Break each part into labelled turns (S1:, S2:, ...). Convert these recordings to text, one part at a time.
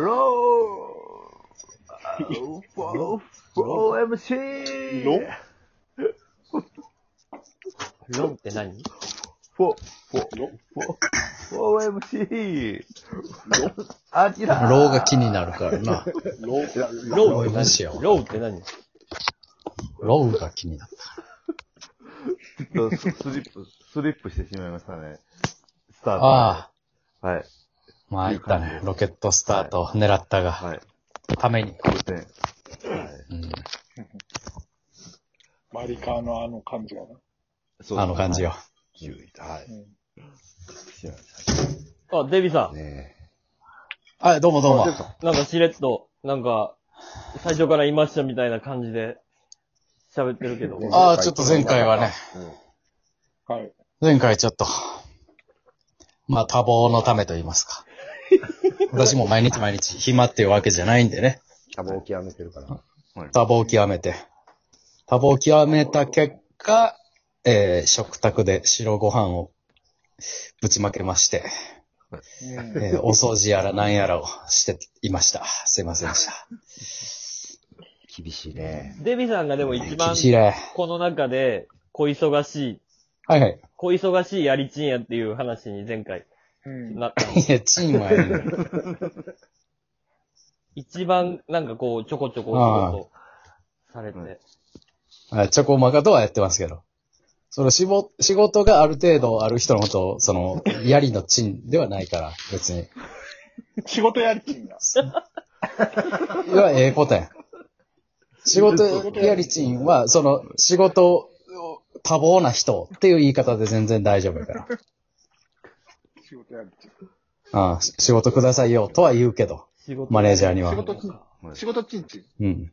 S1: ロー !4MC! ロ
S2: ロ
S1: ー
S3: ロンって何
S1: !4、
S2: ロ
S1: 4MC! あちら
S4: ローが気になるか らな。
S2: ロ
S4: ロー
S3: って
S4: 無視や
S3: 何
S4: わ
S3: ローって何
S4: ローが気になる。
S1: そうスリップ、スリップしてしまいましたね。スタート。
S4: ああ、
S1: はい。
S4: まあ、いったね。ロケットスタートを狙ったが、
S1: はい。
S4: ために。
S1: 5点。はい。
S4: うん、
S2: マリカーのあの感じがな。
S1: そう
S4: あの感じよ。。
S1: 注意だ。はい。
S2: うん
S1: 知らない
S3: あ、デビさん。
S1: ねえ
S4: はい、どうもどうも。
S3: なんかしれっと、なんか、最初からいましたみたいな感じで喋ってるけど。
S4: ああ、ちょっと前回はね、
S2: はい。
S4: 前回ちょっと、まあ、多忙のためと言いま すか。私も毎日毎日暇っていうわけじゃないんでね。
S5: 多忙を極めてるから。
S4: 多忙を極めて。多忙を極めた結果、えー、食卓で白ご飯をぶちまけまして、
S2: うん
S4: えー、お掃除やら何やらをしていました。すいませんでした。
S5: 厳しいね。
S3: デビさんがでも一番
S4: 厳しいね。
S3: この中で小忙しい、
S4: はいはい。
S3: 小忙しいやりちんやっていう話に前回
S2: うん。
S3: なった。
S4: いや、チームはいいね
S3: 一番なんかこうちょこちょこちょこちょされ
S1: うん
S3: て。
S4: はいチョコマカとはやってますけど。その仕事、仕事がある程度ある人のことを、その、やりのチンではないから、別に。
S2: 仕事やりきんな。
S4: いや、ええことやん。仕事やりチンは、その、仕事を多忙な人っていう言い方で全然大丈夫やから。
S2: 仕事やりきん。
S4: ああし仕事くださいよとは言うけど、
S3: 仕事。
S4: マネージャーに
S2: 仕
S4: は。
S2: 事ちん、仕事ちんちん。
S4: うん。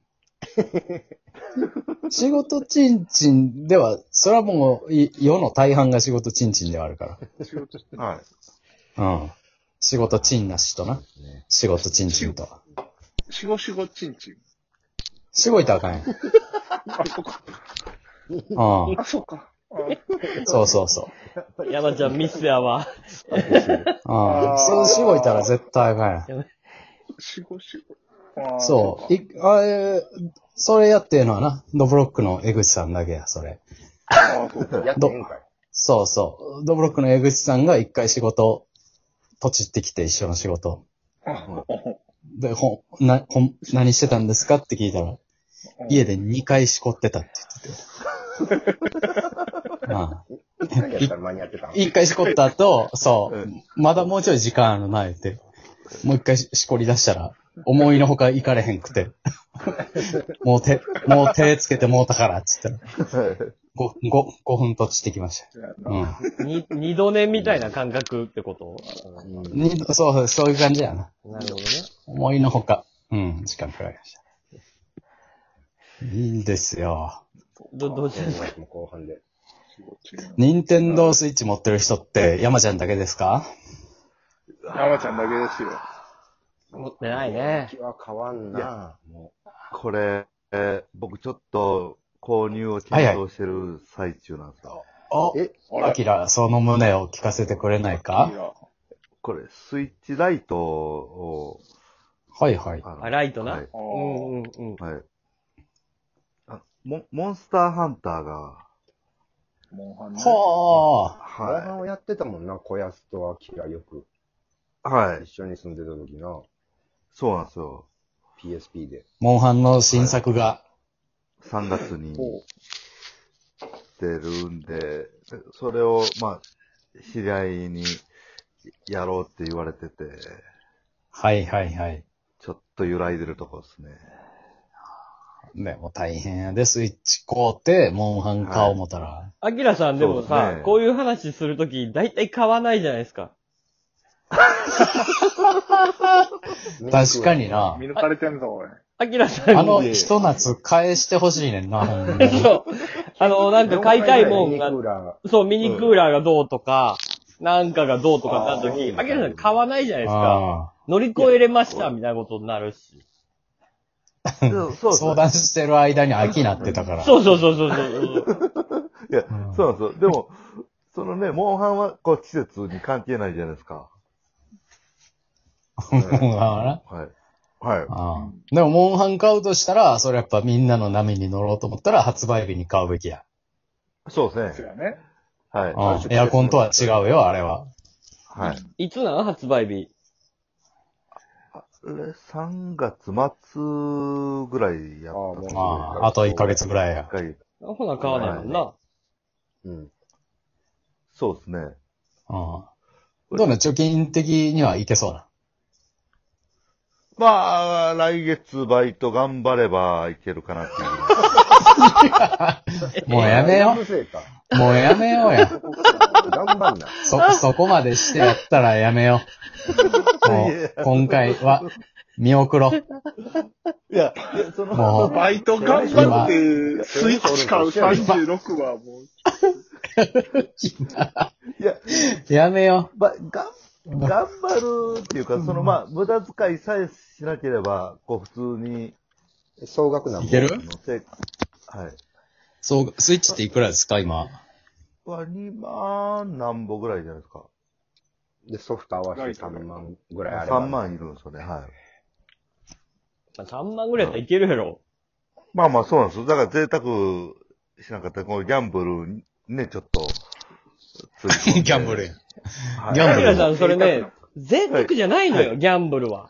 S4: 仕事チンチンでは、それはもう、い世の大半が仕事チンチンではあるから。
S2: 仕事ちん。
S1: はい。
S4: うん。仕事チンなしとな。仕事チンチンと。
S2: 仕事仕事ちんちん。
S4: しごいとあかんやん。
S2: あ、そっか。
S4: うん。
S2: あ、そっか。あ
S4: そうそうそう。
S3: 山ちゃんミスやわ。
S4: う
S2: あー
S4: ん。そうしごいたら絶対あかんやん。
S2: 仕事仕事。
S4: そう。い、あえーそれやってるのはな、ドブロックの江口さんだけや、それ。
S2: あそうか。
S5: やってへんかい。
S4: そうそう。ドブロックの江口さんが一回仕事、とちってきて一緒の仕事。で、ほ、な、ほん、何してたんですかって聞いたら、家で2回しこってたって言って て。あ
S5: 一回やったら間に合ってた
S4: あ。一回しこった後、そう、まだもうちょい時間あるな、言って。もう一回ししこり出したら、思いのほか行かれへんくて。もう手、もう手つけてもうたから、つったら。5、5、5分とちってきました。うん。
S3: に二度寝みたいな感覚ってこと
S5: うん
S4: にそうそう、そういう感じやな。
S3: なるほどね。
S4: 思いのほか。うん、時間かかりました。いいんですよ。
S3: ど、どうしよう。
S5: もう後半で。
S2: 仕事ちん。
S4: 任天堂スイッチ持ってる人って山ちゃんだけですか
S2: 山ちゃんだけですよ。
S3: 持ってないね。
S5: 気は変わんな。も
S1: これ、えー僕ちょっと購入を検討してる最中なんですよ。
S4: お
S5: え、
S4: アキラ、その胸を聞かせてくれない
S2: い
S4: か
S2: や
S1: これ、スイッチライトを、
S4: はいはい。
S1: の
S3: あ、ライト
S1: は。
S3: な
S2: あ
S3: いう
S2: ー
S3: んうんうん。
S1: はいあモン、モンスターハンターが、
S2: モンハンね
S4: ほー。
S5: う、前
S1: は
S5: 半をやってたもんな、小安とアキラよく。
S1: い。はい。
S5: 一緒に住んでた時な、
S1: そうなんですよ。
S5: PSP で。
S4: モンハンの新作が、
S1: 3月に
S2: ほ
S1: 出るんで、それを、まあ、知り合いにやろうって言われてて、
S4: はいはいはい。
S1: ちょっと揺らいでるとこですね。
S4: でも大変やで、スイッチ買うて、モンハン買おう思たら。
S3: アキラさんで
S1: そ
S3: も
S1: う
S3: さ、
S1: ですね
S3: こういう話するとき、だいたい買わないじゃないですか。
S4: 確かにな
S2: う。見抜かれてんぞ、俺。
S3: アキラさんに。
S4: あの、ひと夏返してほしいねんな、ほんまに
S3: そう。あの、なんか買いたいもん
S5: ミニ
S3: が
S5: ク、ーラ
S3: そう、ミニクーラーがどうとか、なんかがどうとかなったとき、
S5: あー
S3: アキラさん買わないじゃないですか。
S4: あ
S3: 乗り越えれました、みたいなことになるし。
S1: そうそう
S4: あ相談してる間に飽きなってたから。
S3: そうそうそうそうそう。
S1: いや
S4: う、ん
S1: そうなんですよ。でも、そのね、モンハンはこう季節に関係ないじゃないですか。
S4: モンハンはな。
S1: はい。はい。
S4: ああでも、モンハン買うとしたら、それやっぱみんなの波に乗ろうと思ったら、発売日に買うべきや。
S1: そうです
S2: そう
S1: ね。
S2: やね。
S1: はい。
S4: うんエアコンとは違うよ、あれは。
S1: はい。
S3: いつなん発売日。
S1: あれ、3月末ぐらいやった
S5: あー
S4: ま
S5: も
S4: あ、あと1ヶ月ぐらい
S1: 1
S4: や。
S1: ヶ月
S3: ほな、買わないもんな。
S5: うん。
S1: そうですね。
S4: うん。どうなの貯金的にはいけそ うな。
S1: まあ、来月バイト頑張ればいけるかなっていう。
S4: もうやめよ
S5: うるせえか。
S4: う。もうやめようや。
S5: 頑張んな。
S4: そ、そこまでしてやったらやめよう。もう、今回は、見送ろう。
S1: いや、いやその、
S4: も
S2: バイト頑張って、スイッチ買う36はもう、
S1: いや、
S4: う、やめよ
S1: まあ、がん、頑張るっていうか、その、まあ、無駄遣いさえしなければ、こう、普通に、
S5: 総額な
S4: う。
S5: ん ぼ
S4: いける
S1: あのせはい。
S4: そう、スイッチっていくらですか、今。
S1: 割り万何ぼぐらいじゃないですか。
S5: で、ソフト合わせて3万ぐらいあれば。
S1: 3万いるんですよね、はい。
S3: まあ3万ぐらいやったらいけるやろ。
S1: まあまあそうなんですよ。だから贅沢しなかったら、このギャンブルにね、ちょっと、つぎ込んで
S4: ギャンブルや。
S1: はい
S4: ギャンブ
S3: カ
S4: ル
S3: ビ
S4: や
S3: ラさん、それね、贅沢じゃないの
S1: は
S3: よ、ギャンブルは。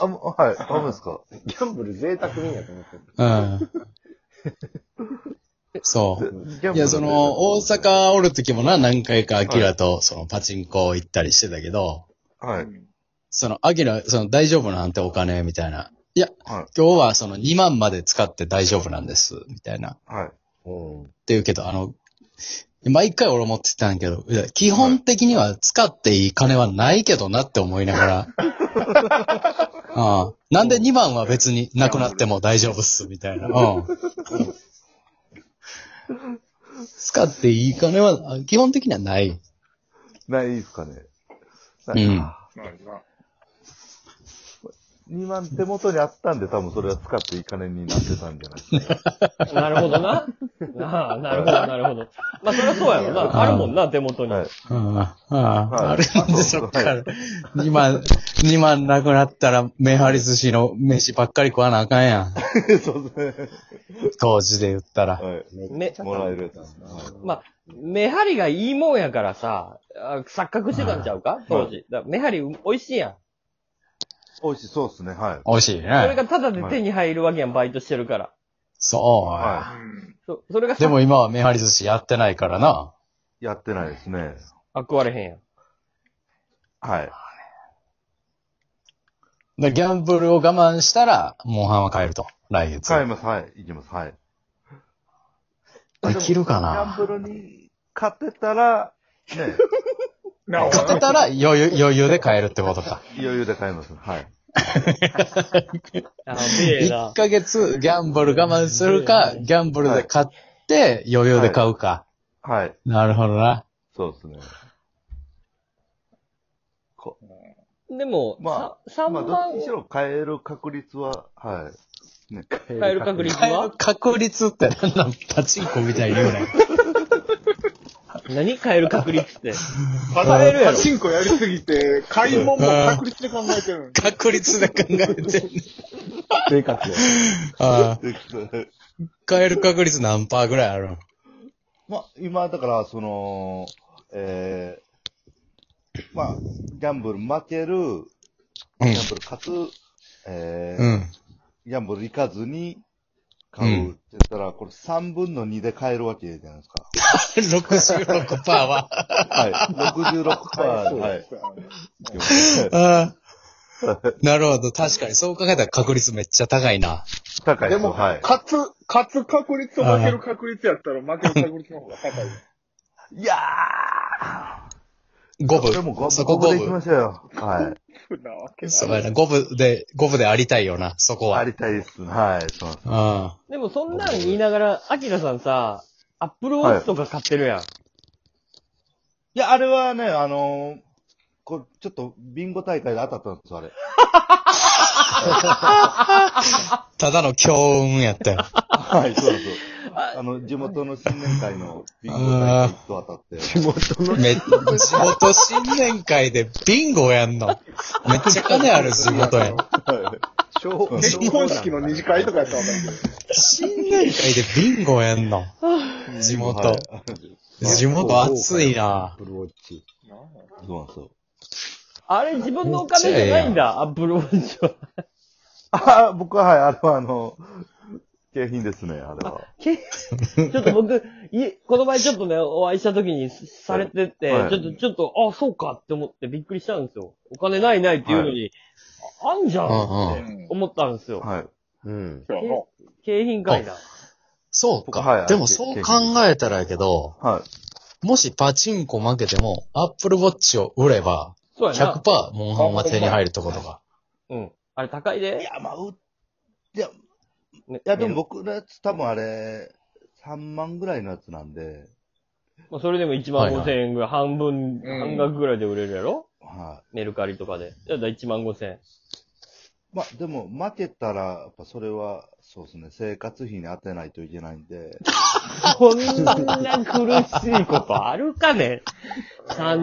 S1: あもうはい。ダメですか
S5: ギャンブル贅沢にやと思ってる。
S4: うん。そ
S1: ギ
S4: う。
S1: ャンブル
S4: いや、その、大阪おる時もな、何回かアキラと、その、パチンコ行ったりしてたけど、
S1: はい。
S4: その、アキラ、その、大丈夫なんてお金、みたいな。いや、
S1: はい
S4: 今日はその、2万まで使って大丈夫なんです、みたいな。
S1: はい。
S5: うん。
S4: って言うけど、あの、毎回俺思ってたんやけど、いや基本的には使っていい金はないけどなって思いながら。ああなんで2番は別になくなっても大丈夫っす、みたいな。うん、使っていい金は、あ基本的にはない。
S1: ないですかね。
S4: う
S1: ない
S4: ん。
S1: 2万手元にあったんで、多分それは使っていい金になってたんじゃないですかね。
S3: なるほ どな。なあ、なるほど、なるほど。まあ、そりゃそうやろな。あるもんな、手元に。
S1: はい。
S4: うん。ああ、あ
S1: はい
S4: るんでそっから。2万、2万なくなったら、メハリ寿司の飯ばっかり食わなあかんやん。
S1: そうですね。
S4: 当時で言ったら。
S1: は
S3: め
S1: い。もらえるやつですね。
S3: まあ、目張りがいいもんやからさ、あ錯覚してたんちゃうか当時。だから目張り美味しいやん。
S1: 美味しい、そうですね。はい。
S4: 美味しいね。
S3: それがタダで手に入るわけやん、バイトしてるから。
S4: そう。
S1: は
S3: そそ れが
S4: で
S3: さ、
S4: も今はメハリ寿司やってないからな。
S1: い。やってないですね。
S3: あ食われへんやん。
S1: はい。
S4: でギャンブルを我慢したら、モンハンは買えると。来月。
S1: 買います。はい。いきます。はい。
S4: できるか
S1: ギャン
S4: な
S1: ブルに勝てたら、 ね、
S2: なお
S4: 勝てたら余裕、余裕で買えるってことか。
S1: 余裕で買います。はい。
S3: あの、綺麗
S4: 1
S3: な。
S4: ヶ月ギャンブル我慢するか、ギャンブルで買って余裕で買うか。
S1: はい。
S4: なるほどな。
S1: そうですね。こ
S3: でも、
S1: ま
S3: さ3
S1: まあ、どっ
S3: 万
S1: ちにしろ買える確率は、はい。ね。
S3: 買える確率
S4: 買え
S3: は
S4: る確率ってなんなんパチンコみたいに言 うねん。
S3: 何買える確率って。
S2: またパチンコやりすぎて、買い物も確率で考えてるのに。
S4: 確率で考えてんねん。
S5: 生活を。
S4: ああ買える確率何パーぐらいあるの
S1: まあ、今、だから、その、ええまあ、ギャンブル負ける、
S4: う
S1: ギ
S4: ん
S1: ャン。ブル勝つ、ええ
S4: うん。
S1: ギャンブル行かずに買うって言ったら、これ3分の2で買えるわけじゃないですか。
S4: 66%は。
S1: はい。66%。はい。
S4: ああ。なるほど。確かに。そう考えたら確率めっちゃ高いな。
S1: 高い
S2: で
S1: です
S2: も、
S1: はい。
S2: 勝つ、勝つ確率と負ける確率やったら、負ける確率の方が高い。
S1: いや
S4: 五
S1: ーでも
S4: 分。そこ
S1: 五分で
S4: 五
S1: 行きま
S4: 分。
S1: しょうよ。はい。
S2: そんなわけない。
S4: そうやな。五分で、五分でありたいよな、そこ
S1: あ
S4: は。
S1: りたいです。はい。そうなんです。
S4: あ
S3: でもそんなん言いながら、アキラさんさ、アップルウォッチとか買ってるやん。
S1: いや、あれはね、あのーこちょっとビンゴ大会で当たったんですよ、あれ。
S4: あただの強運やったよ。
S1: はい、そうそう。あの、地元の新年会のビンゴ大会と当たって、
S5: 地元の、
S4: め、地元新年会でビンゴやんの。めっちゃ金ある地元やん。
S5: 小
S2: 結婚式の二次会とかやったらわかるけど。
S4: 新年会でビンゴやんの。地元。地元暑いな。
S5: ブルーウォッチ。
S1: そうなんですよ。
S3: あれ自分のお金じゃないんだ、アップルウォッチは。
S1: ああ、僕は、はい、あれはあの、景品ですね、あれは。
S3: けちょっと僕、い、この前ちょっとね、お会いした時にされてて、
S1: はい
S3: ちょっと、ちょっと、あ、そうかって思ってびっくりしたんですよ。お金ないないっていうのに、ああんじゃん
S4: うん
S3: っ
S4: う
S3: て
S2: ん
S3: 思ったんですよ。
S1: はい。
S5: うん。
S2: そうやな
S3: 景品会だ。
S4: そう
S1: は
S4: か。
S1: い
S4: でもそう考えたらやけど、
S1: はい。
S4: もしパチンコ負けても、アップルウォッチを売れば、
S3: そうやな。
S4: 100%モンハンは手に入るってことか。
S3: うん。あれ高い
S1: い
S3: で。
S1: や、まあ、う、いや、
S3: ね
S1: いや、でも、僕のやつ多分あれ、3万ぐらいのやつなんで、
S3: まあ、それでも1万5千円ぐらい、半分、
S2: うん
S3: 半額ぐらいで売れるやろ
S1: は
S3: メルカリとかで。やだ、1万5千 円。
S1: い。まあ、でも、負けたら、やっぱそれは、そうですね、生活費に当てないといけないん で、
S3: こんな苦しいことあるかね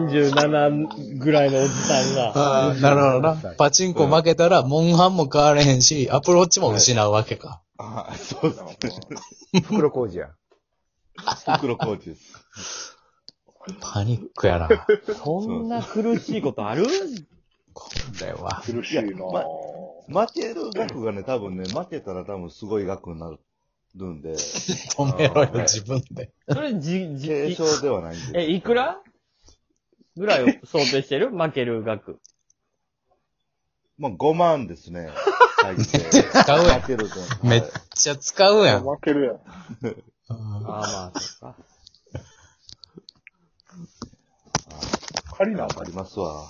S3: ?37 ぐらいのおじさんが。
S4: ああ、なるほどな。パチンコ負けたら、モンハンも買われへんし、アップルウォッチも失うわけか。
S1: はい、そうですね。
S5: 袋工事や。
S1: 袋コーチです。
S4: パニック やな。
S3: そんな苦しいことある
S4: これは。
S2: 苦しいな
S1: まあ負ける額がね、多分ね、負けたら多分すごい額になるんで、
S4: 止めろよ、自分で。
S3: それ、じ、
S1: 軽
S3: じ、
S1: 症ではないんで。
S3: え、いくらぐらいを想定してる負ける額。
S1: まあ、5万です ね。最低。
S4: 使うやん
S1: 負けると。
S4: めっ
S1: はい
S4: ちゃ使う やん。
S2: 負けるやん。
S4: うん
S3: ああ、まあ、そっか。
S2: 借りなあ
S1: ありますわ。